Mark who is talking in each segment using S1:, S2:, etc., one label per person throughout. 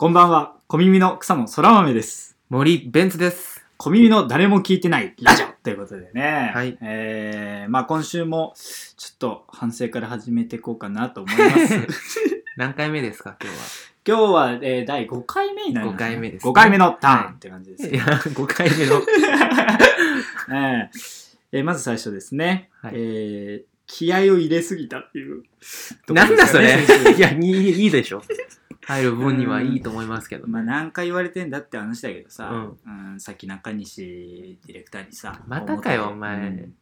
S1: こんばんは、小耳の草野空豆です。
S2: 森ベンツです。
S1: 小耳の誰も聞いてないラジオということでね。
S2: はい
S1: えー、まあ今週も、ちょっと反省から始めていこうかなと思い ます。
S2: 何回目ですか今
S1: 今日は、えー、第5回目になります、
S2: 5回目です
S1: 5回目のターンって感じです
S2: 日は。
S1: ね
S2: い。や、5回目の。
S1: えええーまず最初ですね、
S2: はい
S1: えー気合を入れすぎたっていう、
S2: なんだそれ
S1: ところですよね
S2: いや、にいいでしょ。入る分にはいいと思いますけど。
S1: まあ何回言われてんだって話だけどさ、
S2: う
S1: うんさっき中西ディレクターにさ
S2: またかよ
S1: 思ったけど
S2: お前
S1: うん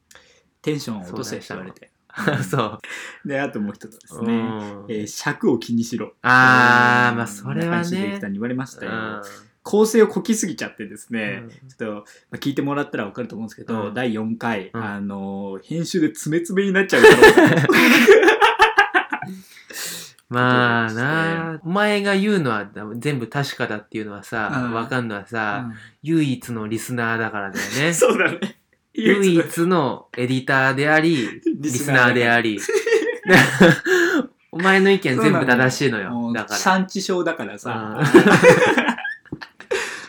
S1: テンションを落とせって言われて
S2: そう。
S1: であともう一つです
S2: う
S1: ね、
S2: ん
S1: えー尺を気にしろ
S2: あ
S1: う
S2: ー、
S1: ん
S2: まあ、それは
S1: 中西ディレク
S2: ね
S1: ター。に言われましたよ、
S2: うん
S1: 構成をこきすぎちゃってです
S2: う
S1: ね、
S2: ん
S1: ちょっと、まあ、聞いてもらったら分かると思うんですけど、
S2: うん
S1: 第4回、
S2: うん
S1: あのー編集で詰め詰めになっちゃうから
S2: まあな、お前が言うのは全部確かだっていうのは
S1: う
S2: さ
S1: ん、。
S2: わかんのはさ、唯一のリスナーだからだよ ね
S1: そうだね。
S2: 唯一のエディターであり、
S1: リ
S2: リスナーであり。お前の意見全部正しいの
S1: も
S2: よ。
S1: う
S2: だから。
S1: 産地消だからさ。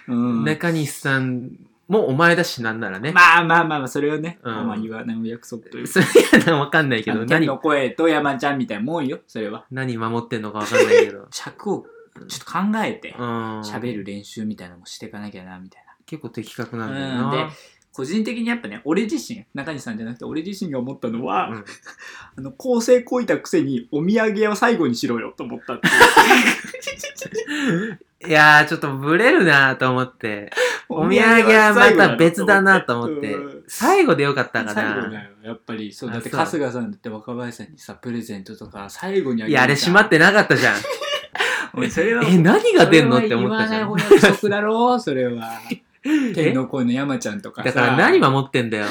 S1: うん
S2: 中西さんもお前だしなんならね。
S1: まあまあまあまあ、それをね、
S2: うん
S1: まあまあ言わないお約束という
S2: それやな、わかんないけ
S1: あ
S2: ど、
S1: の天
S2: 何
S1: の、声と山ちゃんみたいなもんよ、それは。
S2: 何守ってんのかわかんない けど。
S1: 尺をちょっと考えて
S2: う、ん。
S1: 喋る練習みたいなのもしていかなきゃな、みたいな。
S2: 結構的確なんだよ
S1: うんで個人的にやっぱね、俺自身、中西さんじゃなくて俺自身が思ったのは、
S2: な。うん
S1: あの、構成こいたくせにお土産を最後にしろよと思ったっていう。
S2: いやー、ちょっとブレるなーと思って。お土産はまた別だなと思って
S1: うん。
S2: 最後でよかったか
S1: 最後だ
S2: な。
S1: よやっぱりそう
S2: あ
S1: だって
S2: そう
S1: 春日さんだって若林さんにさプレゼントとか最後にあ
S2: いや、あれ閉まってなかったじゃん。
S1: てそれは
S2: え、何が出んのって思ったじゃ
S1: それは言わない
S2: ん
S1: お。約束だろ うそれは天の声の山ちゃんとかさ
S2: だから何守ってんだよ。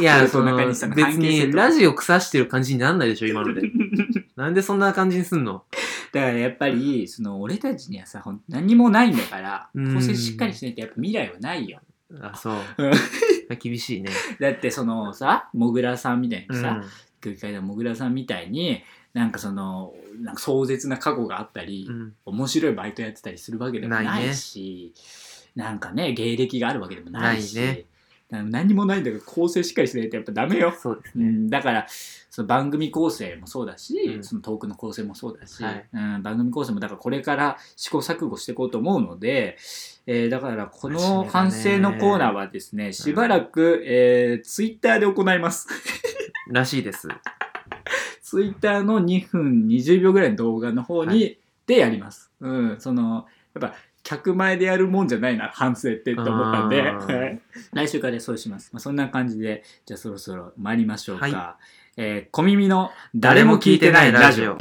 S2: いや、
S1: そ
S2: そ
S1: れと
S2: の、
S1: 中西さ
S2: 別
S1: んの関係性と
S2: にラジオ腐してる感じになんないでしょ、今ので。なんでそんな感じにすんの
S1: だからやっぱりその俺たちにはさほん何もないんだから
S2: うん
S1: 構成しっかりしないとやっぱ未来はないよ
S2: あ、そう
S1: うん。
S2: 厳しいね。
S1: だってそのさもぐらさんみたいに
S2: う
S1: さ、
S2: ん。
S1: 空気階段もぐらさんみたいになんかそのなんか壮絶な過去があったり、
S2: うん
S1: 面白いバイトやってたりするわけでもないしなん,、かね芸歴があるわけでもないし
S2: ないね
S1: だから何もないんだから構成しっかりしないとやっぱダメよ、
S2: そうで
S1: う
S2: すね。
S1: ん、だからその番組構成もそうだし、
S2: うん
S1: そのトークの構成もそうだし、
S2: はい
S1: うん、番組構成もだからこれから試行錯誤していこうと思うので、えーだからこの反省のコーナーはですねしばらく、えー、ツイッターで行います。
S2: らしいです。
S1: ツイッターの2分20秒ぐらいの動画の方に、
S2: は
S1: でやります。うん、そのやっぱ客前でやるもんじゃないな反省ってと思ったんで、
S2: あー
S1: はい来週からそうします。まあ、そんな感じでじゃあそろそろ参りましょうか。
S2: は
S1: えー小耳の誰も聞いてないラジオ。。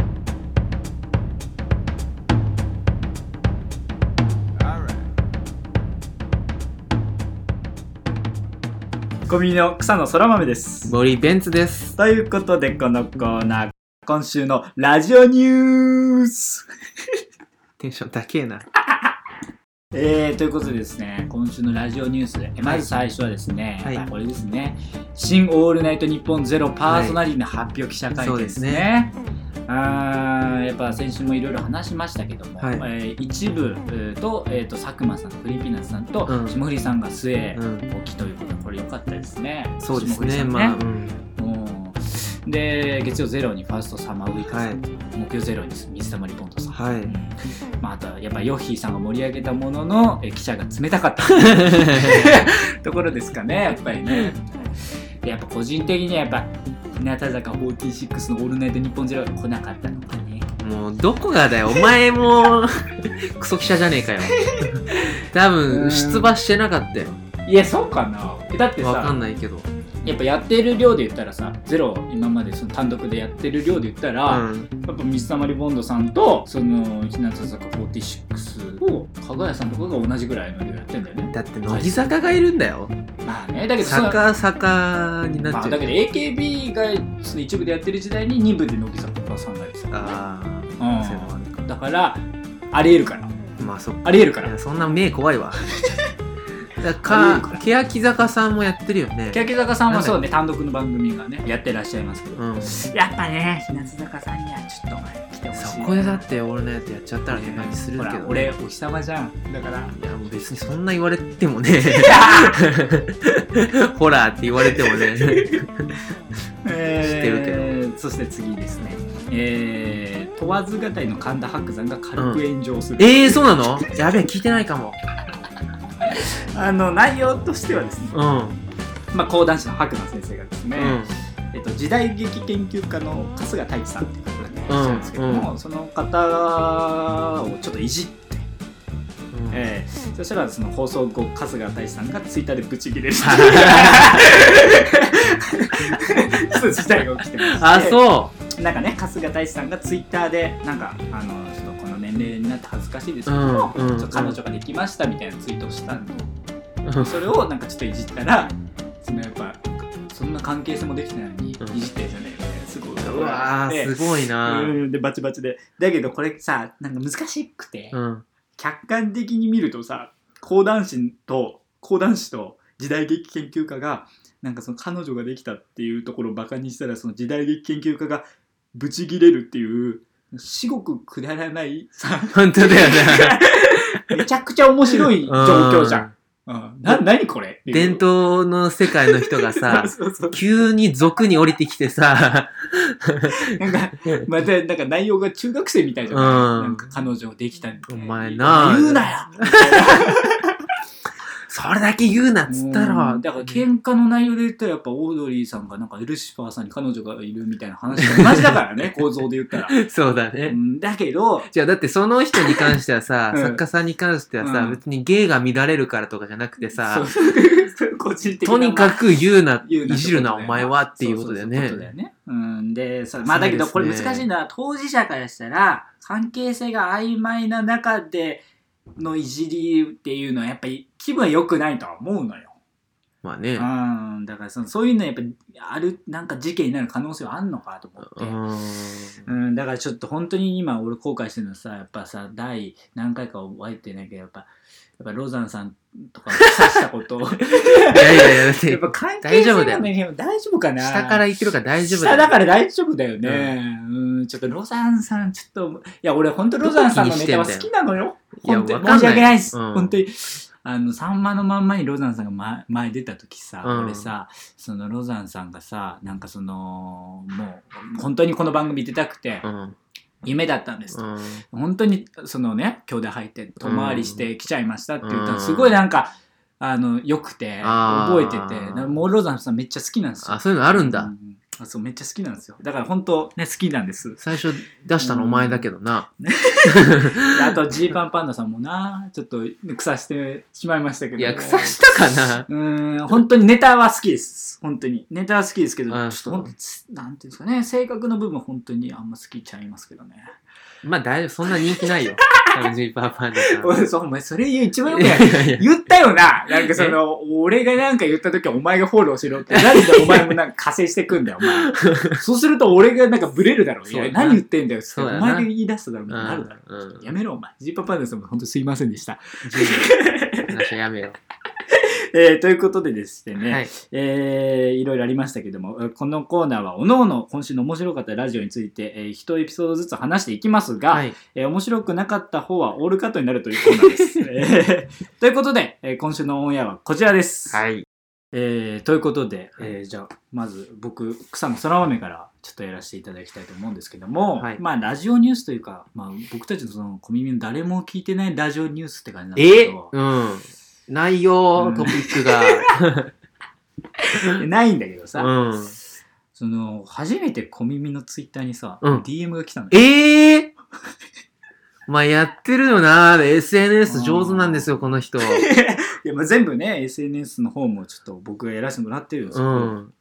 S1: 小耳の草の空豆です。
S2: 森ベンツです。
S1: ということでこのコーナー今週のラジオニュース。
S2: テンション高えな。
S1: えー、ということでですね今週のラジオニュースえまず最初はですね、
S2: はい
S1: やっぱこれですね「新オールナイトニッポンゼロパーソナリティの発表記者会見ですね。あーやっぱ先週もいろいろ話しましたけども、
S2: はい
S1: えー一部えーと,、えー、と佐久間さんとフリーピーナッツさんと
S2: うん
S1: 霜降りさんが末
S2: うん。
S1: 置きということでこれ良かったですね。
S2: そうです
S1: 霜降り
S2: ね。
S1: さん
S2: まあ、う
S1: う
S2: ん。
S1: んで月曜ゼロにファーストサマーウイカさん、木曜ゼロに水溜りボンドさん、
S2: はい
S1: うんまあ、あとはやっぱヨッヒーさんが盛り上げたもののえ記者が冷たかった ところですかねやっぱりねでやっぱ個人的にはやっぱ日向坂46の「オールナイトニッポンゼロが来なかったのかね
S2: もう、どこがだよ。お前も、 クソ記者じゃねえかよ。多
S1: うん
S2: 分、出馬してなかったよ。
S1: いやそうかなえだって
S2: わか
S1: さ
S2: んないけど。
S1: やっぱやってる量で言ったらさゼロ今までその単独でやってる量で言った
S2: う
S1: ら、
S2: ん。
S1: やっぱ水溜りボンドさんとその日向坂46を加賀谷さんとかが同じぐらいの量やってんだよね
S2: だって、乃木坂がいるんだよ。
S1: まあねだけどその
S2: 坂、坂にな
S1: ま
S2: っ
S1: あ、
S2: ちゃ
S1: だ
S2: う
S1: け。ど AKB がその一部でやってる時代に二部で乃木坂さんがやってたからね
S2: ああ、そういうのもあ
S1: う
S2: るか
S1: ん、だからありえるから
S2: まあ、そっか。
S1: ありえるか
S2: い
S1: ら
S2: やそんな目怖いわ。だ
S1: あい
S2: か
S1: いから
S2: 欅坂さんもやってるよね
S1: 欅坂さんはそうね単独の番組がねやってらっしゃいますけど、
S2: うん
S1: やっぱね日向坂さんにはちょっとお前来てほしいな
S2: そこでだって俺のやつやっちゃったらって感じするけど、ね
S1: ほら俺お日様じゃんだから
S2: いやもう別にそんな言われてもねホラーって言われても ね
S1: えーそして次ですねえー、問わず語りの神田伯山が軽く炎上する、
S2: えー、そうなのやべえ聞いてないかも
S1: あの内容としてはですね、
S2: うん
S1: まあ、講談師の伯山先生がですね、
S2: うん
S1: えっと、時代劇研究家の春日太一さんっていう方がいらっしゃるんですけども、
S2: うんう
S1: その方をちょっといじって、
S2: うん
S1: えーそしたらその放送後春日太一さんがツイッターでブチギレる そういう事態が起きてまして
S2: あそ
S1: なんかね春日大志さんがツイッターでなんかあのちょっとこの年齢になって恥ずかしいですけども、
S2: うんうん
S1: ちょっと彼女ができましたみたいなツイートをしたんで
S2: ううん
S1: それをなんかちょっといじったらそのやっぱそんな関係性もできてないのにい
S2: うん
S1: じってんじゃねえみたいなすごいう
S2: わーすごいな
S1: うんでバチバチでだけどこれさなんか難しくて、
S2: うん
S1: 客観的に見るとさ講談師と講談師と時代劇研究家がなんかその彼女ができたっていうところをバカにしたらその時代劇研究家がブチギレるっていう至極くだらないさ
S2: 本当だよ ね
S1: めちゃくちゃ面白い状況じゃん。うん、な何これ
S2: うん伝統の世界の人がさ
S1: そうそう
S2: 急に俗に降りてきてさ
S1: なんかまたなんか内容が中学生みたいじゃない、
S2: うん
S1: なんか彼女できたみたいな
S2: お前なあ
S1: 言うなよ
S2: それだけ言うなっつった
S1: う
S2: ろ
S1: んだから喧嘩の内容で言ったらやっぱオードリーさんがなんかルシファーさんに彼女がいるみたいな話と同じだから ね構造で言ったら。
S2: そうだね、
S1: うんだけど
S2: じゃあだってその人に関してはさ、
S1: うん
S2: 作家さんに関してはさ、
S1: うん
S2: 別に芸が乱れるからとかじゃなくてさ
S1: そう個人的な
S2: とにかく言うな、
S1: 言うなってことだよね
S2: いじるな、お前はっていうことだよ
S1: そう
S2: ね
S1: そうそう。いうことだよねうん、でさまあ
S2: そ
S1: だ
S2: うですね
S1: けどこれ難しいのは当事者からしたら関係性が曖昧な中でのいじりっていうのはやっぱり気分は良くないとは思うのよ。
S2: まあね。
S1: うん、だからそのそういうのはやっぱりあるなんか事件になる可能性はあんのかと思って。
S2: うーん
S1: うん、だからちょっと本当に今俺後悔してるのはさやっぱさ第何回か覚えてないけどやっぱやっぱロザンさんとかを刺した ことを
S2: いやいやいや、だ
S1: や
S2: って
S1: っ、ぱ関係
S2: 大
S1: 性
S2: 丈
S1: の
S2: 夫だよ
S1: ね大丈夫かな
S2: 下から言ってるから大丈夫
S1: 下だ
S2: よ。
S1: から大丈夫だよね、うんちょっとロザンさんちょっといや俺本当ロザンさんのネタは好きなのよ
S2: いや
S1: 本当に
S2: わかんない
S1: 申し訳ないです、
S2: うん
S1: 本当にあのさんまのまんまにロザンさんが前前出た時さ、
S2: うん
S1: 俺さそのロザンさんがさなんかそのもう本当にこの番組出たくて、
S2: うん。
S1: 夢だったんですと、
S2: うん
S1: 本当にそのね兄弟入って遠回りして来ちゃいましたって言った
S2: うん
S1: らすごいなんかあの良くて
S2: あ
S1: 覚
S2: ー
S1: えててなんかモーローザンさんめっちゃ好きなんですよ
S2: あ、そういうのあるん
S1: う
S2: だ。
S1: あそうめっちゃ好きなんですよだから本当ね好きなんです
S2: 最初出したのお前だけどな。
S1: であとジーパンパンダさんもなちょっと腐してしまいましたけど
S2: いや、腐したかな
S1: うーん本当にネタは好きです本当にネタは好きですけどちょ
S2: あ
S1: っとほんなんていうんですかね性格の部分は本当にあんま好きちゃいますけどね
S2: まあ大丈夫、そんな人気ないよ。多分ジーパーパンダさん
S1: おいそうお前それ言う一番よく
S2: い
S1: ない
S2: やいやいや
S1: 言ったよななんかその、俺がなんか言った時はお前がフォローしろって。なんでお前もなんか加勢してくんだよ、お前。そうすると俺がなんかブレるだろ。い
S2: そう
S1: や、
S2: だな
S1: 何言ってんだよ。つって
S2: そう
S1: お
S2: だな
S1: 前が言い出しただろ、み
S2: う
S1: たいになるだろ。
S2: んうん
S1: やめろ、お前。ジーパンパンダさんも本当すいませんでした。
S2: ジーパーなんかやめよ
S1: えーということでです
S2: う。
S1: ね、
S2: はいい。
S1: えーいろいろありましたけども、えーこのコーナーは、おのおの今週の面白かったラジオについて、えー、一エピソードずつ話していきますが、
S2: はい。
S1: えー面白くなかった方はオールカットになるというコーナー です。えーということで、えー今週のオンエアはこちらです。
S2: はい。
S1: えーということで、えーじゃあまず僕草の空豆からちょっとやらせていただきたいと思うんですけども、
S2: はい
S1: まあラジオニュースというか、まあ、僕たちのその小耳の誰も聞いてないラジオニュースって感じなんですけど、
S2: うん。内容、
S1: うん
S2: トピックが。
S1: ないんだけどさ、
S2: うん。
S1: その初めて小耳のツイッターにさ、
S2: うん
S1: DM が来たのよ。
S2: ええー、まあやってるよな。SNS 上手なんですよ、この人。う
S1: いやまあ全部ね SNS の方もちょっと僕がやらせてもらってるんですけど、
S2: ん。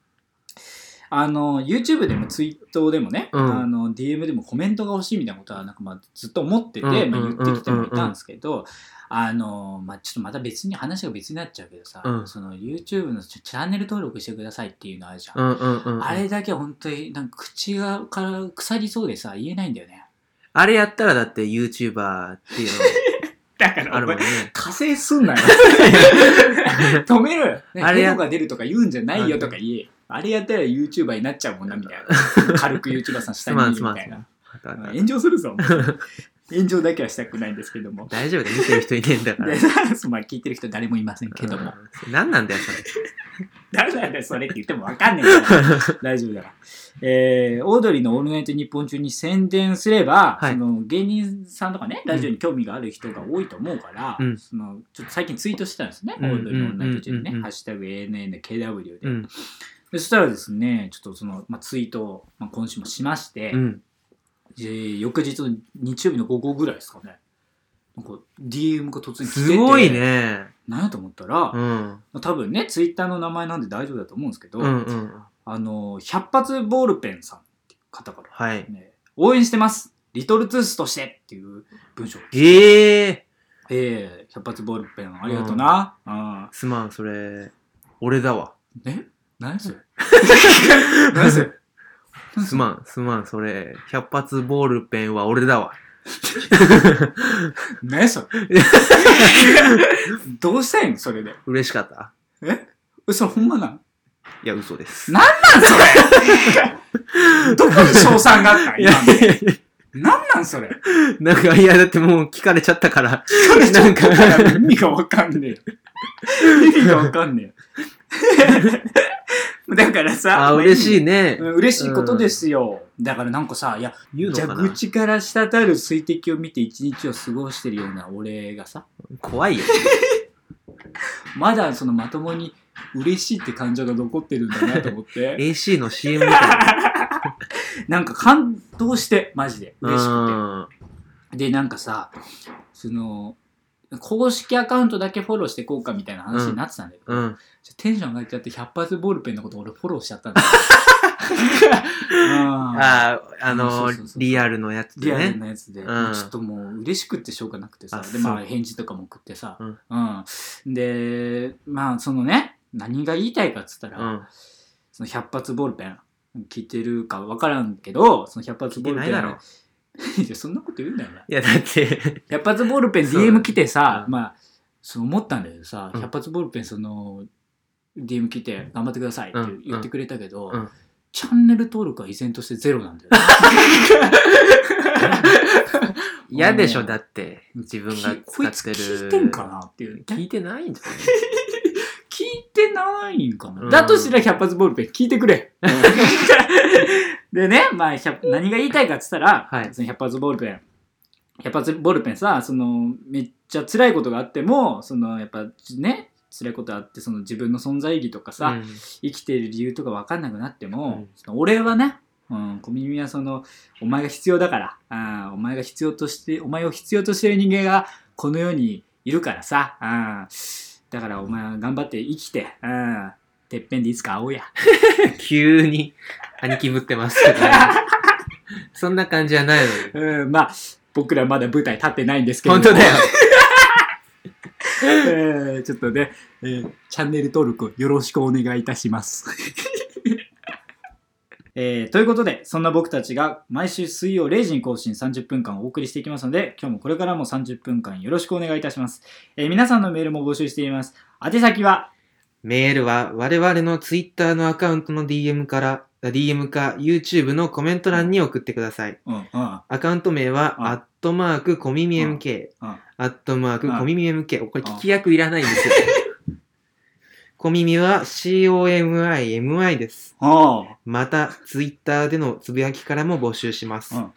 S1: あの YouTube でもツイートでもね、
S2: うん
S1: あの DM でもコメントが欲しいみたいなことはなんかまあずっと思ってて、
S2: うんうん
S1: まあ、言ってきてもいたんですけど、あのまあ、ちょっとまた別に話が別になっちゃうけどさ、
S2: うん
S1: その YouTube のチャチャンネル登録してくださいっていうのあるじゃん、
S2: うんうんうん。
S1: あれだけ本当になんか口がから腐りそうでさ言えないんだよね
S2: あれやったらだって YouTuber っていうの。
S1: だから、
S2: あ
S1: お
S2: るも
S1: 前
S2: んね。
S1: 加勢すんなよ。止める。ね、
S2: あれや
S1: ヘドが出るとか言うんじゃないよとか言え。あれやったら YouTuber になっちゃうもんな、みたいな。軽く YouTuber さん下にいるみたいな。炎上するぞ。炎上だけはしたくないんですけども。
S2: 大丈夫だよ、見てる人いねえんだから
S1: で。そう まあ聞いてる人誰もいませんけども。
S2: うん。何なんだよ、それ。
S1: 誰なんだよ、それって言ってもわかんねえ から。大丈夫だから。えー、オードリーのオールナイト日本中に宣伝すれば、
S2: はい
S1: その芸人さんとかね、ラジオに興味がある人が多いと思うから、
S2: うん
S1: そのちょっと最近ツイートしてたんですね、
S2: うん
S1: オードリーのオールナイト中にね、
S2: うんうんうん
S1: ハッシュタグ ANNKW で。
S2: うん。
S1: でそしたらですね、ちょっとその、まあ、ツイートを、まあ、今週もしまして、
S2: うん。
S1: えー翌日の日曜日の午後ぐらいですかね、なんか DM が突然来てて、
S2: すごい。ね。
S1: なんやと思ったら、
S2: う
S1: ま
S2: ん。
S1: あ多分ね、ツイッターの名前なんで大丈夫だと思うんですけど、
S2: うんうん。
S1: あの、百発ボールペンさんっていう方から、
S2: はい。
S1: ね、応援してますリトルトゥースとしてっていう文章。
S2: ええ
S1: え
S2: ー。
S1: え百発ボールペン、ありがとうな。うん。
S2: すまん、それ、俺だわ。
S1: え何それ何それ
S2: すまん、すまん、それ、百発ボールペンは俺だわ。
S1: 何それ どうしたいのそれで。
S2: 嬉しかった
S1: えそれほんまなん
S2: いや、嘘です。
S1: なんなんそれどこに賞賛があったん
S2: いや
S1: 今ので。なんなん それ
S2: なんか、いや、だってもう聞かれちゃったから。なんか、
S1: 意味がわかんねえよ。意味がわかんね えよ。だからさ、
S2: あ、嬉し
S1: い。
S2: いね。
S1: 嬉しいことですよ。だからなんかさ、いや、
S2: 言うのか
S1: 蛇
S2: な
S1: 口から滴る水滴を見て一日を過ごしてるような俺がさ、
S2: 怖 いよ。
S1: まだそのまともに嬉しいって感情が残ってるんだなと思っ て、
S2: AC の CM みたいな。
S1: なんか感動して、マジで。嬉しくて。
S2: うん
S1: でなんかさその公式アカウントだけフォローしていこうかみたいな話になってたんだけど、
S2: うん。
S1: ちょテンション上がっちゃって100発ボールペンのこと俺フォローしちゃったんだ ようん
S2: あー、あ
S1: そ
S2: の
S1: うそうそうそ、う
S2: リアルのやつ
S1: リ
S2: で
S1: アル
S2: ね。
S1: なやつで、
S2: ん
S1: もうちょっともう嬉しくってしょうがなくてさ
S2: あ
S1: で、まあ、
S2: そう
S1: 返事とかも送ってさ、
S2: うん
S1: うんでまあそのね何が言いたいかっつったら、
S2: うん。
S1: その100発ボールペン聞いてるか分からんけどその100発
S2: 聞い
S1: ボ
S2: て
S1: ール
S2: な
S1: ペン
S2: いだろ。
S1: いやそんなこと言うんだよない
S2: や、だって、
S1: 百発ボールペン
S2: そうだ
S1: DM 来てさ、
S2: うん
S1: まあそう思ったんだけどさ、
S2: うん
S1: 百発ボールペンその DM 来て頑張ってくださいって
S2: うん
S1: 言ってくれたけど、
S2: うん
S1: チャンネル登録は依然としてゼロなんだよ、ね、
S2: 嫌でしょ、だって。自分が
S1: きこいつ
S2: 使ってる。
S1: 聞いてんかなっていう
S2: 聞いてないんじゃない
S1: 聞いてないんかな、
S2: うん
S1: だとしたら百発ボールペン聞いてく れでね、まあ、百何が言いたいかっつったら、
S2: はい
S1: その百発ボールペン百発ボールペンさそのめっちゃ辛いことがあってもそのやっぱね辛いことあってその自分の存在意義とかさ、
S2: うん
S1: 生きてる理由とか分かんなくなっても、
S2: うん
S1: その俺はね、うん、小耳はそのお前が必要だからあーお前が必要としてお前を必要としてる人間がこの世にいるからさあーだからお前は頑張って生きて、うん、てっぺんでいつか会おうや
S2: 急に兄貴ぶってますけど、 そんな感じはないのに。
S1: うんまあ僕らまだ舞台立ってないんですけど
S2: 本当だよ。
S1: えーちょっとね、えーチャンネル登録をよろしくお願いいたします。 えーということで、そんな僕たちが毎週水曜0時に更新30分間お送りしていきますので、今日もこれからも30分間よろしくお願いいたします。えー皆さんのメールも募集しています。宛先は、
S2: メールは我々の Twitter のアカウントの DM から、あ DM か YouTube のコメント欄に送ってください。
S1: うんうん、あ
S2: アカウント名は、
S1: うん
S2: アットマークコミミ MK
S1: うん。
S2: アットマーク
S1: うん
S2: コミミ MK。これ聞き役いらないんですよ。 コミミは COMIMI です。
S1: あ、
S2: また、ツイッターでのつぶやきからも募集します。
S1: うん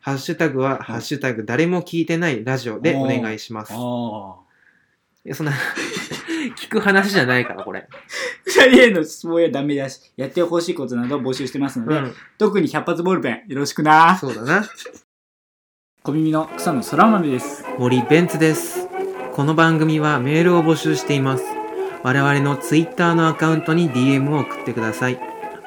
S2: ハッシュタグは、ハッシュタグ、誰も聞いてないラジオでお願いします。い
S1: あ
S2: やそんな、 聞く話じゃないから、これ。
S1: 2人への質問やダメ出し、やってほしいことなどを募集してますの
S2: う
S1: で、
S2: ん、
S1: 特に100発ボールペン、よろしくな。
S2: そうだな。
S1: 小耳の草の空豆です。
S2: 森ベンツです。この番組はメールを募集しています。我々のツイッターのアカウントに DM を送ってください。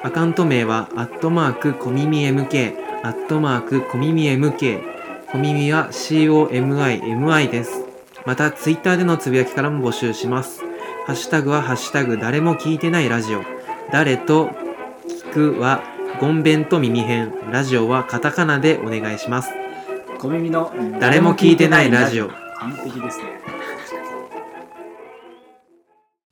S2: アカウント名は、アットマークコミミ MK、アットマークコミミ MK。コミミは COMIMI です。また、ツイッターでのつぶやきからも募集します。ハッシュタグは、ハッシュタグ、誰も聞いてないラジオ。誰と聞くは、ゴンベンと耳編。ラジオはカタカナでお願いします。
S1: 小耳の
S2: 誰も聞いてないラジ
S1: オ。
S2: オ。
S1: 完璧ですね。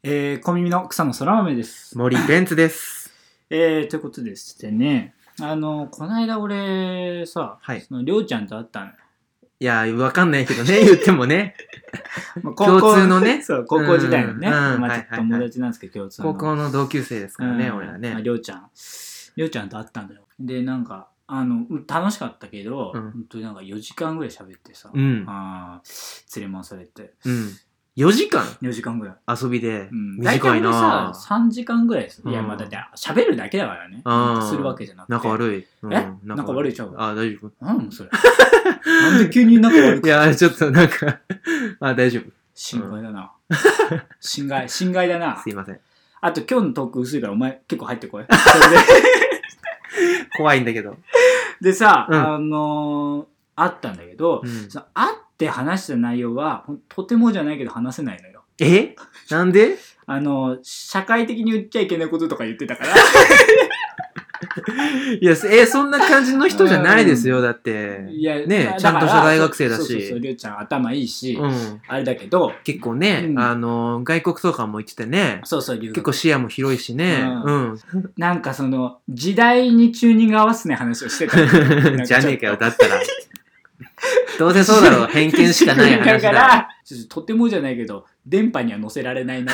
S1: えー、小耳の草の空豆です。
S2: 森ベンツです。
S1: えー、ということでしてね、あの、こないだ俺さ、
S2: はい。
S1: そのりょうちゃんと会ったのよ。
S2: いやー、わかんないけ どね、言ってもね。
S1: まあ
S2: 共通の ね
S1: そう、高校時代のね、
S2: うんうん
S1: まあちょっと友達なんですけど、共通の。
S2: 高校の同級生ですからね、
S1: うん
S2: 俺ら
S1: まあ
S2: ね。
S1: りょうちゃん。りょうちゃんと会ったんだよ。で、なんか、あの、うん楽しかったけど、
S2: うん
S1: 本当になんか4時間ぐらい喋ってさ、
S2: うん。
S1: あー連れ回されて。
S2: うん。4時間
S1: 4時間ぐらい。
S2: 遊びで。
S1: うん、
S2: 短い
S1: 大体俺さ
S2: な
S1: 3時間ぐらいです、
S2: うん
S1: いやまあだって喋るだけだからね、
S2: うん
S1: なんかするわけじゃなくて
S2: 仲
S1: い
S2: 悪い。うん
S1: え仲悪いちゃう
S2: あ、大丈夫。
S1: なん それなんで急に仲悪
S2: い
S1: く
S2: やー、ちょっとなんか、 あ、大丈夫。
S1: 心配だな心外心外だな
S2: すいません。
S1: あと今日のトーク薄いからお前結構入って こいそれで
S2: 怖いんだけど。
S1: でさ、
S2: うん
S1: あのー、あったんだけど、
S2: うん
S1: その会って話した内容はほんとてもじゃないけど話せないのよ
S2: えなんで
S1: あのー社会的に言っちゃいけないこととか言ってたから
S2: いや、え、そんな感じの人じゃないですよ、だって。
S1: いや
S2: ね
S1: だ
S2: ちゃんとした大学生だし
S1: そうそうそうりゅうちゃん頭いいし、
S2: うん。
S1: あれだけど
S2: 結構ね、
S1: うん
S2: あの、外国とかも行っててね、
S1: そうそう、留
S2: 結
S1: 学
S2: 構視野も広いしね、
S1: う
S2: うん。
S1: なんかその、時代にチューニング合わせない話をして た。なんか
S2: じゃねえかよ、だったら。どうせそ うだろう、偏見しかない話
S1: だか
S2: だ。
S1: ら、ちょっととてもじゃないけど、電波には載せられ ないな。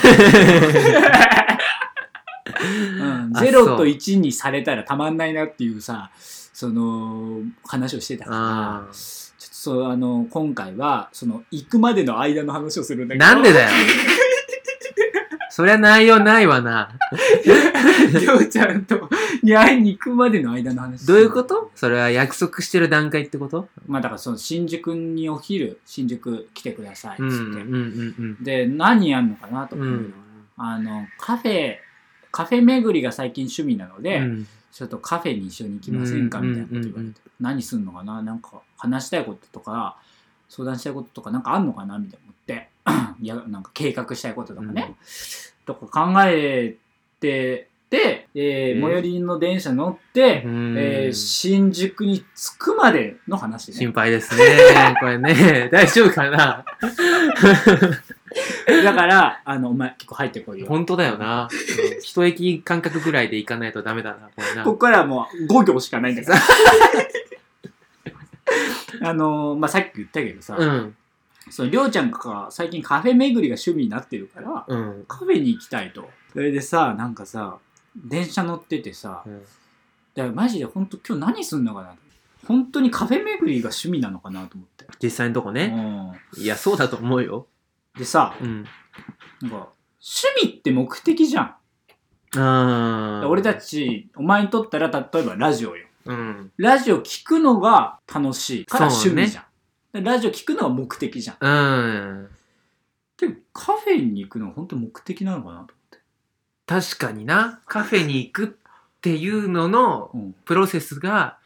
S1: うん、
S2: あそう
S1: 0と1にされたらたまんないなっていうさ、その、話をしてたから
S2: あ、ー
S1: ちょっとそう、あの、今回は、その、行くまでの間の話をするんだけど。
S2: な んでだよ。そりゃ内容ないわな。
S1: りょうちゃんと、に会いに行くまでの間の話。
S2: どういうことそれは約束してる段階ってこと
S1: まあだからその、新宿にお昼、新宿来てくださいっつ
S2: う
S1: っ
S2: ん、
S1: て。
S2: うん、うん、
S1: で何やんのかなと
S2: うん。
S1: か、
S2: うん。
S1: あのカフェカフェ巡りが最近趣味なので、
S2: うん
S1: ちょっとカフェに一緒に行きませんかみたいなこと言われて、
S2: うんうんうんうん
S1: 何すんのかななんか話したいこととか相談したいこととかなんかあんのかなみたいな思って いやなんか計画したいこととかね、とか考えてで、えー
S2: えー
S1: 最寄りの電車乗って、えー新宿に着くまでの話ね
S2: 心配で すね。これね、大丈夫かな
S1: だからあのお前結構入ってこいよ
S2: 本当だよな。うん一駅間隔ぐらいで行かないとダメだな、これな。
S1: ここからはもう5行しかないんだから。あ のーまあ、さっき言ったけどさ、
S2: うん、
S1: そのりょうちゃんが最近カフェ巡りが趣味になってるから、
S2: うん。
S1: カフェに行きたいと。それでさ、なんかさ、電車乗っててさ
S2: う、ん
S1: だからマジで本当今日何すんのかな本当にカフェ巡りが趣味なのかなと思って。
S2: 実際のとこね。
S1: う
S2: いや、そうだと思うよ。
S1: ん、でさ、
S2: うん。
S1: なんか、趣味って目的じゃん。
S2: あー
S1: 俺た。ち、お前にとったら例えばラジオよ。
S2: うん。
S1: ラジオ聞くのが楽しいから
S2: そ
S1: 趣
S2: うね
S1: 味じゃん。ラジオ聞くのが目的じゃん。
S2: うん。
S1: でもカフェに行くのは本当目的なのかなと。
S2: 確かにな。カフェに行くっていうのの
S1: うん
S2: プロセスが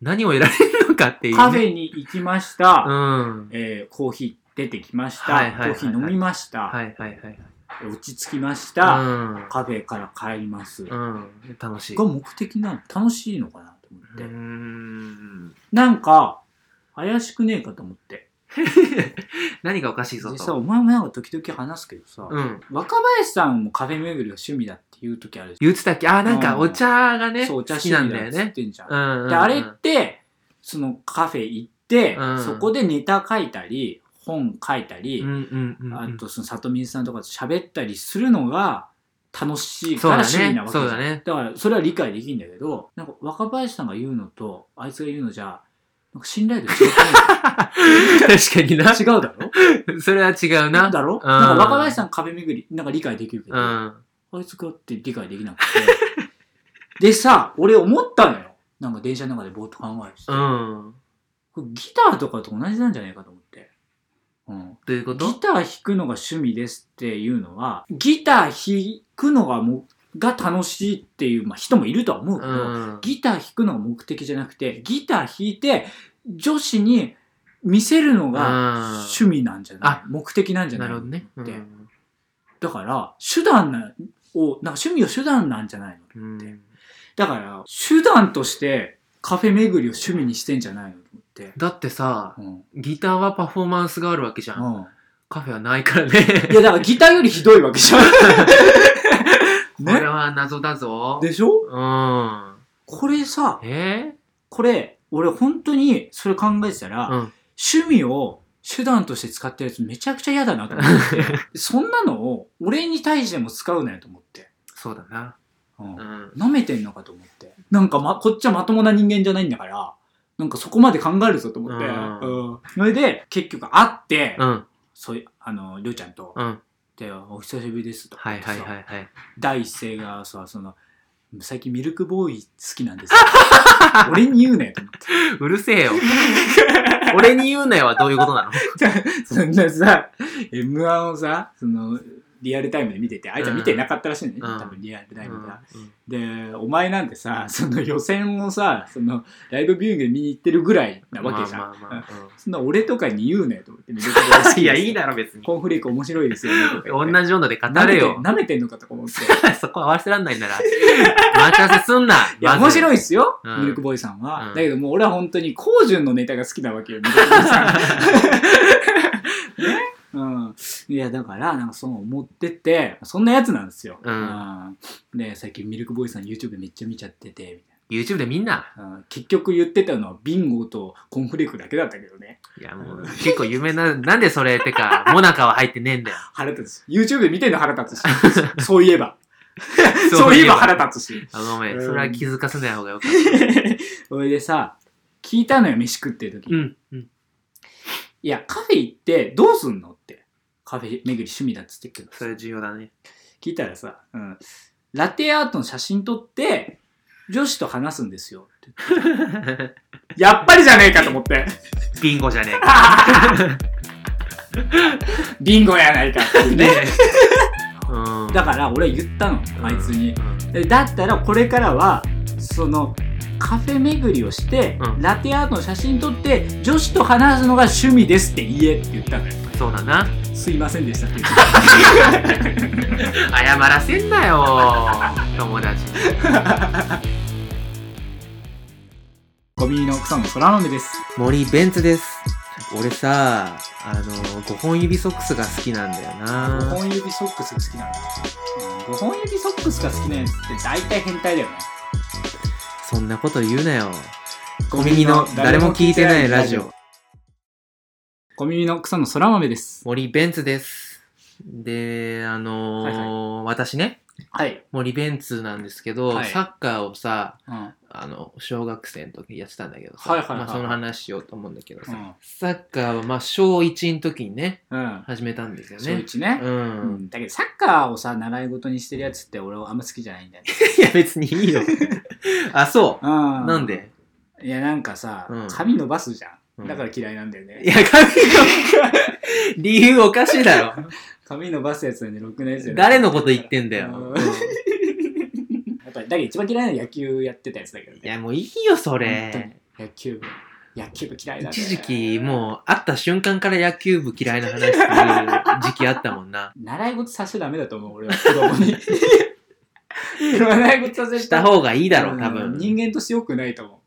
S2: 何を得られるのかっていう、
S1: カフェに行きました、
S2: うん。
S1: えーコーヒー出てきました、
S2: はいはいはいはい
S1: コーヒー飲みました、
S2: はいはいはい。
S1: 落ち着きました、
S2: は
S1: カフェから帰ります。
S2: い。うん。うん。楽しい。
S1: が目的なの楽しいのかなと思って。
S2: ん。
S1: なんか、怪しくねえかと思って。
S2: 何がおかしいぞ
S1: でさ、
S2: と。
S1: お前もなんか時々話すけどさ、
S2: うん。
S1: 若林さんもカフェ巡りが趣味だっていう時あるじ
S2: 言ってたっけあ、なんか
S1: うん
S2: お茶がね、
S1: そう、お茶趣
S2: 好き
S1: 味だ
S2: な
S1: っ
S2: んだよ
S1: つっ
S2: ね。
S1: てんじゃん。
S2: うん。
S1: であれってそのカフェ行って、
S2: うん
S1: そこでネタ書いたり本書いたり、
S2: うんうんうんうん。
S1: あとその里水さんとかと喋ったりするのが楽しいか
S2: そう
S1: ら
S2: だね
S1: 趣味なわけじゃん
S2: そうだね
S1: からそれは理解できるんだけどなんか若林さんが言うのとあいつが言うのじゃなんか信頼度違
S2: 確かに な。
S1: う違うだろ
S2: それは違うな。
S1: だろ、
S2: うん
S1: なんか若林さん壁巡りなんか理解できるけど、
S2: う
S1: あ
S2: ん。
S1: いつがって理解できなくてでさ俺思ったのよなんか電車の中でぼーっと考えてて、
S2: うん。
S1: これギターとかと同じなんじゃないかと思って。うん、
S2: どういうこ
S1: ギ
S2: と
S1: ター弾くのが趣味ですっていうのは、ギター弾くのがもが楽しいっていう、まあ、人もいるとは思うけ
S2: う
S1: ど、
S2: ん。
S1: ギター弾くのが目的じゃなくて、ギター弾いて女子に見せるの
S2: うん
S1: が趣味なんじゃない、目的なんじゃな
S2: ないるほどね。う
S1: って
S2: ん
S1: だから、手段なを、なんか趣味を手段なんじゃないの
S2: うん。
S1: だから、手段としてカフェ巡りを趣味にしてんじゃないのと思って。って。
S2: だってさ、
S1: うん。うん。
S2: ギターはパフォーマンスがあるわけじゃん。カフェはないからね。
S1: いや、だからギターよりひどいわけじゃ ん。
S2: これ
S1: ね。
S2: は謎だぞ。
S1: でしょ
S2: うん。
S1: これさ、
S2: え
S1: これ、俺本当にそれ考えてた
S2: ー
S1: ら、
S2: うん。
S1: 趣味を手段として使ってるやつめちゃくちゃ嫌だなと思 って。そんなのを俺に対しても使うなよと思って。
S2: そうだな。
S1: うん
S2: うん。
S1: 舐めてんのかと思って。なんかま、こっちはまともな人間じゃないんだから、なんかそこまで考えるぞと思って。
S2: うん
S1: うんそれで、結局会って、
S2: うん。
S1: そういう、あの、りょうちゃんと、
S2: うん。
S1: で、お久しぶりですと。
S2: はいはい
S1: そう
S2: はいはい。
S1: 第一声がさ、その、最近ミルクボーイ好きなん ですよ。俺に言うなよと思って
S2: うるせ えよ。俺に言うなよはどういうことなの。
S1: そんなさ、M1 をさ、その、リアルタイムで見てて、あいつは見てなかったらしいのね、
S2: うん
S1: 多分リアルタイムでは。
S2: うん
S1: で、お前なんてさ、その予選をさ、そのライブビューイングで見に行ってるぐらいなわけじゃん。
S2: まあまあまあ
S1: そんな俺とかに言うねと思って、ミルクボーイ好
S2: うん。
S1: き
S2: い
S1: で
S2: や、
S1: す
S2: いいだろ別に。
S1: コーンフレーク面白いですよねとか言って。
S2: 同じようなで語れよ。
S1: 舐めて舐めてんのかとか思って。
S2: そこ合わせらんないなら。待ち合わせすんな。
S1: いや、面白
S2: い。
S1: いっすよ、
S2: うん
S1: ミルクボーイさんは。
S2: うん
S1: だけどもう俺は本当に、コージュンのネタが好きなわけよ、ミルクボーイ さん。ねうん、いやだからなんかその持ってってそんなやつなんですよ、
S2: うん
S1: うんで最近ミルクボーイさん YouTube めっちゃ見ちゃっててみたいな
S2: YouTube でみんな。
S1: うん結局言ってたのはビンゴとコーンフレークだけだったけどね
S2: いや、もう結構有名な、なんでそれってか、モナカは入ってねえん だよ。
S1: 腹立つ YouTube で見てんの腹 立つしそういえばそういえば腹立つし
S2: あごめん、それは気づかせない方がよかっ
S1: それでさ聞いたのよ飯食ってる時、
S2: た。うん。うん。
S1: いやカフェ行ってどうすんのってカフェ巡り趣味だっつってっけど
S2: それ重要だね。
S1: 聞いたらさ、うん、ラテアートの写真撮って女子と話すんですよってやっぱりじゃねえかと思って
S2: ビンゴじゃねえ
S1: ビンゴやないかっていう
S2: ね
S1: ね
S2: うん。
S1: だから俺言ったのあいつに
S2: う、ん。
S1: でだったらこれからはそのカフェ巡りをして、
S2: うん
S1: ラテアートの写真撮って女子と話すのが趣味ですって言えって言ったのよ
S2: そうだな。
S1: すいませんでしたって言っ
S2: 謝らせんなよ、友達に。
S1: ゴミの奥さんの空豆です
S2: 森ベンツです。俺さ、あの、5本指ソックスが好きなんだよ
S1: 5
S2: な。
S1: 本指ソックスが好きなんだ、うん、5本指ソックスが好きなやつって大体変態だよね
S2: そんなこと言うなよ。小耳の誰も聞いてないラジオ。
S1: ゴミの奥さんの空豆です
S2: 森ベンツです。で、あのー私ね、
S1: はい、
S2: 森ベンツなんですけど、
S1: はい
S2: サッカーをさ、
S1: うん、
S2: あの、小学生の時にやってたんだけどさ、
S1: はいはいはいはい
S2: まあ、その話しようと思うんだけどさ、
S1: うん
S2: サッカーはまあ小1の時にね、
S1: うん
S2: 始めたんですよ
S1: 小
S2: ね。
S1: 一ね、
S2: う。
S1: うんん、だけどサッカーをさ習い事にしてるやつって俺はあんま好きじゃないんだよね、
S2: いや、別にい いよ。あ、そうう。
S1: ん、
S2: なんで
S1: いやなんかさ、
S2: うん
S1: 髪伸ばすじゃ
S2: うん
S1: んだから嫌いなんだよね、
S2: いや、髪の 理由おかしいだ ろ。
S1: 髪伸ばすやつはねろくなやつじゃない
S2: 誰のこと言ってんだよ。
S1: うん
S2: うん
S1: やっぱりだけど一番嫌いなのは野球やってたやつだけどね
S2: いや、もういいよ、そ
S1: 本当に
S2: れ。
S1: 野球部野球部嫌いだ、ね、
S2: 一時期、もう、会った瞬間から野球部嫌いな話する時期あったもんな。
S1: 習い事させちゃダメだと思う俺は子供 に習い事させちゃ
S2: した方がいいだろう、多
S1: うん
S2: 分。
S1: 人間として良くないと思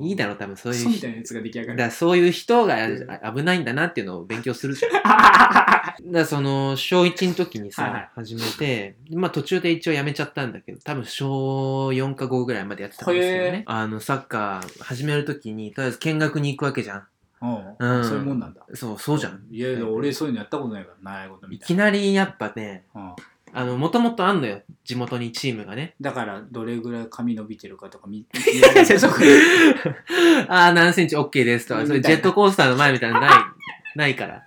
S2: いいだろう、多分、そう
S1: う
S2: い
S1: そううみた
S2: 人。
S1: いなやつが出来上が
S2: だ
S1: る
S2: からそういう人があ危ないんだなっていうのを勉強する じゃん。だからその、小1の時に
S1: はいは
S2: さ、始めて、まあ途中で一応やめちゃったんだけど、多分小4か5ぐらいまでやってたんですよ
S1: へ
S2: ね。あの、サッカー始める時に、とりあえず見学に行くわけじゃん。
S1: うん
S2: うん
S1: そういうもんなんだ
S2: そう、そうじゃん。
S1: いやいや俺そういうのやったことないから習い事み
S2: い
S1: たい
S2: きなりやっぱね、
S1: な、うん
S2: あの、もともとあんのよ。地元にチームがね。
S1: だからどれぐらい髪伸びてるかとか 見
S2: やいや
S1: そこで
S2: ああ、何センチ OK ですとか、それ
S1: み
S2: ジ
S1: たい
S2: ェ
S1: な
S2: ットコースターの前みたいなの ない、ないから。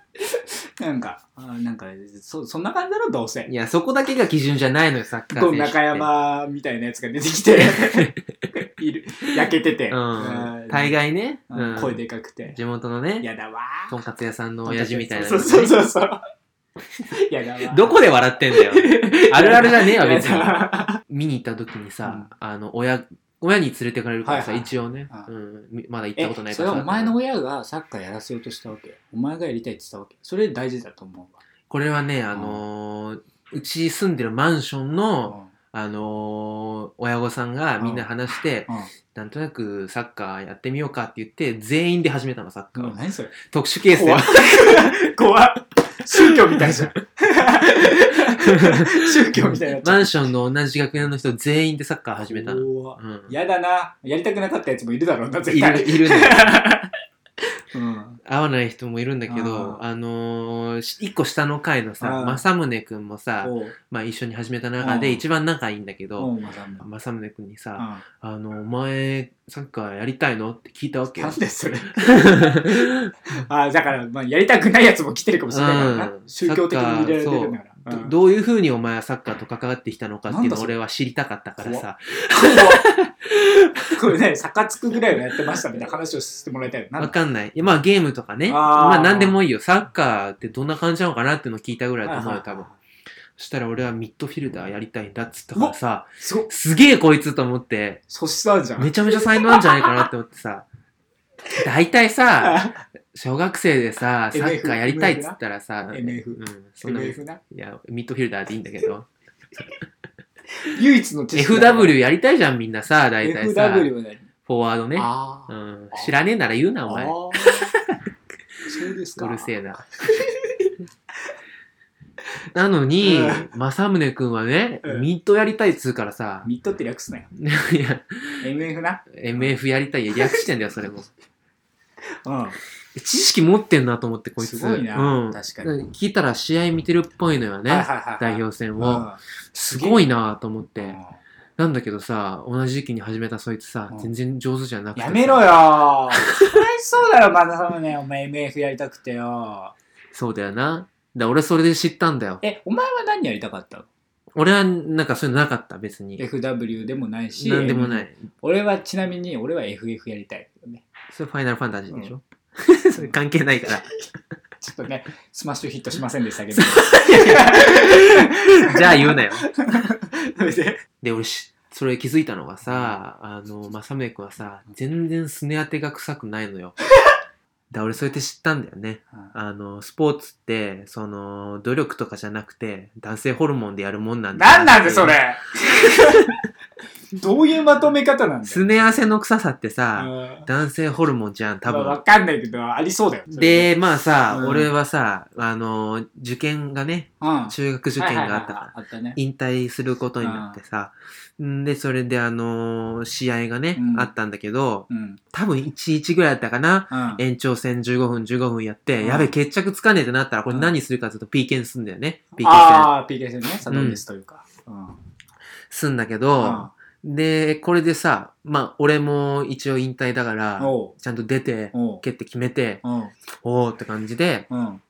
S1: なんかあなんかそそんな感じだろどうせ
S2: いや、そこだけが基準じゃないのよ、サッカー選手
S1: ど
S2: って。
S1: ん中山みたいなやつが出てきて いる焼けてて、
S2: う
S1: うん
S2: ん。大概ね、
S1: う
S2: うん
S1: ん、声でかくて
S2: 地元のね、
S1: やだわー
S2: とんかつ屋さんの親父みたいな
S1: そ
S2: の
S1: う
S2: ね。
S1: そうそう そう。いやだわ。
S2: どこで笑って んだよ。あるあるじゃねえわ、
S1: いや
S2: 別に。
S1: だ
S2: 見に行った時にさ、あの、親、親に連れてかれるからさ、
S1: はいはい
S2: 一応ね、
S1: ああ
S2: うん、みまだ行ったことな
S1: え、
S2: い
S1: それ
S2: から
S1: は
S2: さ
S1: お前の親がサッカーやらせようとしたわけ。お前がやりたいって言ったわけ。それ大事だと思う
S2: これはね、あのーうち住んでるマンションの、
S1: わ。
S2: あのー親御さんがみんな話して、
S1: うん
S2: なんとなくサッカーやってみようかって言って、全員で始めたの、サッカーを。
S1: 何それ
S2: 特殊ケースよ
S1: 怖っ怖っ宗教みたいじ ゃん宗教みたいになっちゃ
S2: マ
S1: う
S2: ンションの同じ学年の人全員でサッカー始めたの。
S1: 怖っ
S2: うん、
S1: やだなやりたくなかったやつもいるだろうな絶
S2: い
S1: 対
S2: る、いるね。
S1: うん
S2: 会わない人もいるんだけ
S1: あ
S2: ど、
S1: ー
S2: あのーし一個下の階のさ、
S1: うん
S2: 正宗くんもさ、
S1: おう
S2: まあ一緒に始めた中で
S1: うん
S2: 一番仲いいんだけ
S1: お
S2: ど、
S1: うまさんも
S2: 正宗くんに
S1: う
S2: さ、
S1: ん
S2: あの、お前、サッカーやりたいのって聞いたわけよ
S1: なん。でそれあだから、まあ、やりたくないやつも来てるかもしれないからな、
S2: うん
S1: 宗教的に入れられてるんだから
S2: ど
S1: うん
S2: どういうふうにお前はサッカーと関わってきたのかってい
S1: なん
S2: う
S1: だ
S2: のを
S1: それ
S2: 俺は知りたかったからさ、
S1: これね、サカつくぐらいはやってましたみたいな話をしてもらいたいよな
S2: わかんない。いやまあゲームとかね、
S1: あー
S2: まあ何でもいいよ。サッカーってどんな感じなのかなっていうのを聞いたぐらいだと思うよ、多分。そしたら俺はミッドフィルダーやりたいんだっつったからさ、
S1: すごい、
S2: すげえこいつと思って、
S1: 素質あるじゃん。
S2: めちゃめちゃ才能あるんじゃないかなって思ってさ、大体さ、
S1: あ
S2: 小学生でさ、サ
S1: MF
S2: ッカーやりたいっつったらさ、
S1: MF
S2: うん、そんな、い
S1: MF な。
S2: や、ミッドフィルダーでいいんだけど、
S1: 唯一の知識だから
S2: FW やりたいじゃん、みんなさ、大体さ、フ
S1: FW は何
S2: ォワードね。
S1: あ
S2: う
S1: ー
S2: ん、知らねえなら言うな、お
S1: あ
S2: 前。
S1: ー。そうですか。
S2: うるせえな。な のに
S1: うん、
S2: 正宗くんはね
S1: う、ん
S2: ミッドやりたいっつうからさ、
S1: ミッドって略すなよ。
S2: いや、
S1: MF な。
S2: MF やりたい、い や略してんだよ、それも。
S1: うん。
S2: 知識持ってんなと思って、こいつ。
S1: すごいな
S2: うん。
S1: 確かに
S2: 聞いたら試合見てるっぽいのよ
S1: はいはい
S2: ね。
S1: はい
S2: 代表戦
S1: う
S2: を。
S1: ん
S2: すごいなと思っ
S1: う
S2: て。
S1: ん
S2: なんだけどさ、同じ時期に始めたそいつさ
S1: うん、
S2: 全然上手じゃなくてさ。
S1: やめろよー。かわいそうだろ、マナサムね。お前 MF やりたくてよ。
S2: そうだよな。だ俺それで知ったんだよ。
S1: え、お前は何やりたかったの
S2: 俺はなんかそういうのなかった、別に。
S1: ?FW でもないし。。
S2: なんでもないい。
S1: 俺はちなみに、俺は FF やりたいけどね。
S2: それファイナルファンタジーでしょ、それ 関係ないから。
S1: ちょっと ね、スマッシュヒットしませんでしたけど。
S2: じゃあ言うなよ。
S1: それで
S2: で、俺し、それ気づいたのがさ、あの、まさめくんはさ、全然すね当てが臭くないのよ。だ俺そうやって知ったんだよね。あの、スポーツって、その、努力とかじゃなくて、男性ホルモンでやるもんなん だ。
S1: 何なんでそ れどういうまとめ方なんだ
S2: す
S1: よ。
S2: ね汗の臭さって
S1: う
S2: さ、
S1: ん
S2: 男性ホルモンじゃん、多
S1: まあ
S2: 分
S1: わ。かんないけど、ありそうだよ。それ、
S2: で、まあさ、
S1: うん
S2: 俺はさ、あの、受験がね、
S1: うん
S2: 中学受験があったから
S1: はいはいはい、あったね。
S2: 引退することになってさ、んで、それであのー試合がね、
S1: うん
S2: あったんだけど、
S1: うん。
S2: 多分1-1ぐらいだったかな。
S1: うん。
S2: 延長戦15分、15分やって、
S1: うん
S2: やべ、決着つかねえってなったら、これ
S1: うん
S2: 何するかずっと PK にすんだよね。PK 戦。
S1: ああ、PK 戦ね。サドンデスというか。うん。
S2: すんだけど、で、これでさ、まあ、俺も一応引退だから、
S1: おう。
S2: ちゃんと出て、
S1: おう。
S2: 蹴って決めて、
S1: うん。
S2: おーって感じで、
S1: うん。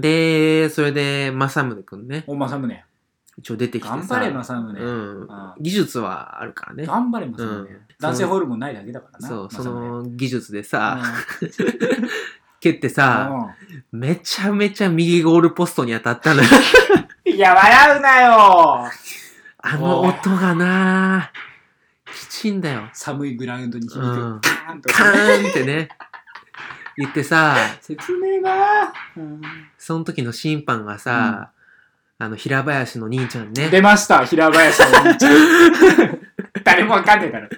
S2: で、それで、政宗くんね、
S1: お、政宗。
S2: 一応出てきてさ。
S1: 頑張れ、政宗。
S2: う
S1: うん
S2: ん。技術はあるからね。
S1: 頑張れ、政宗
S2: うん。
S1: 男性ホルモンないだけだからな。
S2: そう、そ
S1: 政宗
S2: の技術でさ、蹴ってさ、めちゃめちゃ右ゴールポストに当た ったのよ。
S1: うんいや、笑うなよ
S2: あの音がなきちいんだよ。
S1: 寒いグラウンドに響く。
S2: うん
S1: カーンと。
S2: カーンってね、言ってさ、
S1: 説明が、うん
S2: その時の審判がさ、あの、平林の兄ちゃんね。
S1: 出ました、平林のお兄ちゃ ん。誰もわかんねえだろ。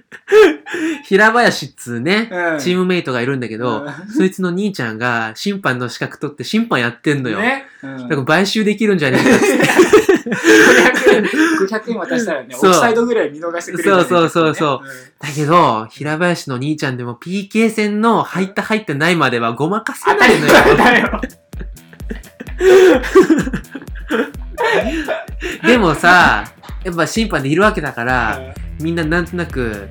S2: 平林っつうね、
S1: うん
S2: チームメイトがいるんだけど、
S1: うん
S2: そいつの兄ちゃんが審判の資格取って審判やってんのよ。
S1: ね。うん
S2: だから買収できるんじゃねえかっつって。
S1: 500円、500円渡したらね、オ
S2: そう
S1: フサイドぐらい見逃してくれるんじゃねえかってね。
S2: そうそうそうそうだけど、平林の兄ちゃんでも PK 戦の入った入ってないまではごまかせ
S1: 当
S2: な
S1: たり
S2: いのよ。
S1: 前だよ。
S2: でもさ、やっぱ審判でいるわけだから、みんななんとなく、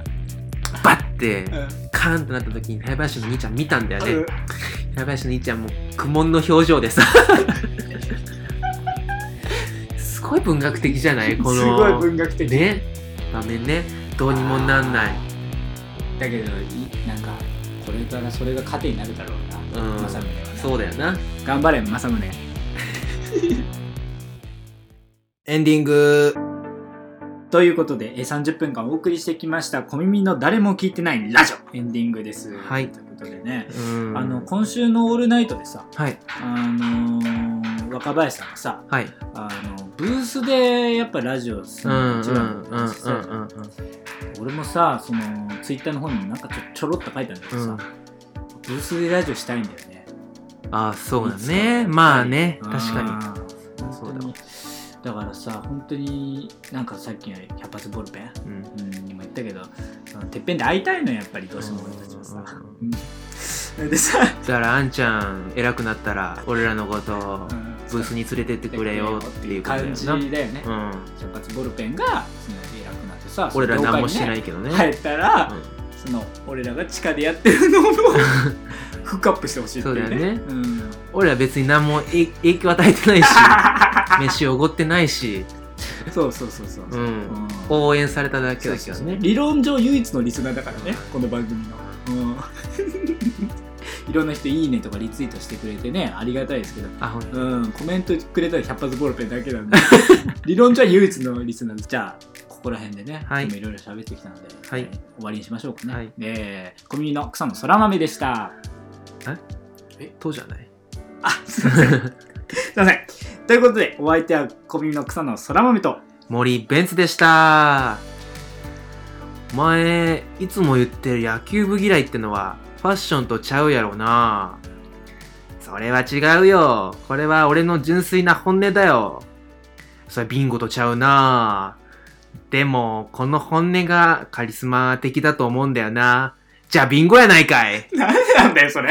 S2: バッて、カーンとなった時に平林の兄ちゃん見たんだよね。平林の兄ちゃんも苦悶の表情でさ。すごい文学的じゃないこ
S1: すごい
S2: の、
S1: 文学的。
S2: ね、場面ね。どうにもなんない。
S1: だけど、いなんか、これからそれが糧になるだろうな、
S2: うん
S1: 政宗はな
S2: そうだよな。
S1: 頑張れ、政宗。
S2: エンディング。
S1: ということで、えー30分間お送りしてきました、小耳の誰も聞いてないラジオ、エンディングです。
S2: はい
S1: ということでね、
S2: うん
S1: あの、今週のオールナイトでさ、
S2: はい。
S1: あのーの若林さんがさ
S2: はい。
S1: あのブースでやっぱラジオす
S2: う
S1: るの
S2: ん
S1: が
S2: うん
S1: 一
S2: うん
S1: 番
S2: うんう
S1: だ
S2: ん
S1: しさ俺もさそのツイッターの方にもなんかちょちょろっと書いたんだけど
S2: う
S1: さ、
S2: ん。
S1: ブースでラジオしたいんだよね
S2: ああ、そうだ
S1: いつかやっ
S2: ね。
S1: ぱり
S2: まあね、
S1: うん
S2: 確か
S1: 本当にだからさ本当になんかさっきの百発ボールペン
S2: に。うん。
S1: うん、にも言ったけどそのてっぺんで会いたいのよやっぱりどうしても俺たちはさ、うんでさ、
S2: だから、あんちゃん、偉くなったら、俺らのことをブースに連れてってくれよっていうことだよ
S1: 感じだよね
S2: な。うん。
S1: 百発ボールペンがその偉くなってさ
S2: 俺ら何もして
S1: い
S2: ないけどね。
S1: 入ったら、その俺らが地下でやってるの をフックアップしてほしいっていうねうん
S2: 俺ら別に何も影影響与えて ないし、飯おごってないし、
S1: そうそうそうそう、
S2: う
S1: うん
S2: ん。応援されただけ
S1: そう
S2: だ
S1: そ
S2: け
S1: う
S2: ど
S1: そう
S2: ね。
S1: 理論上唯一のリスナーだからねこの番組の、 うん、いろんな人「いいね」とかリツイートしてくれてねありがたいですけど
S2: あ、ほん
S1: うん、コメントくれたら100発ボールペンだけ なんで理論上は唯一のリスナーですじゃあここら辺でね、
S2: はい
S1: 今いろいろ喋ってきたので、
S2: はい
S1: えー終わりにしましょうかね、
S2: はい
S1: えーコミュニの草のそら豆でした
S2: とじゃ ない。
S1: あすいませんすいませんということでお相手はコミュニの草のそら豆と
S2: 森ベンツでした前いつも言ってる野球部嫌いってのはファッションとちゃうやろなそれは違うよこれは俺の純粋な本音だよそれビンゴとちゃうなでもこの本音がカリスマ的だと思うんだよなじゃあビンゴやないかい
S1: 何なんだよそれ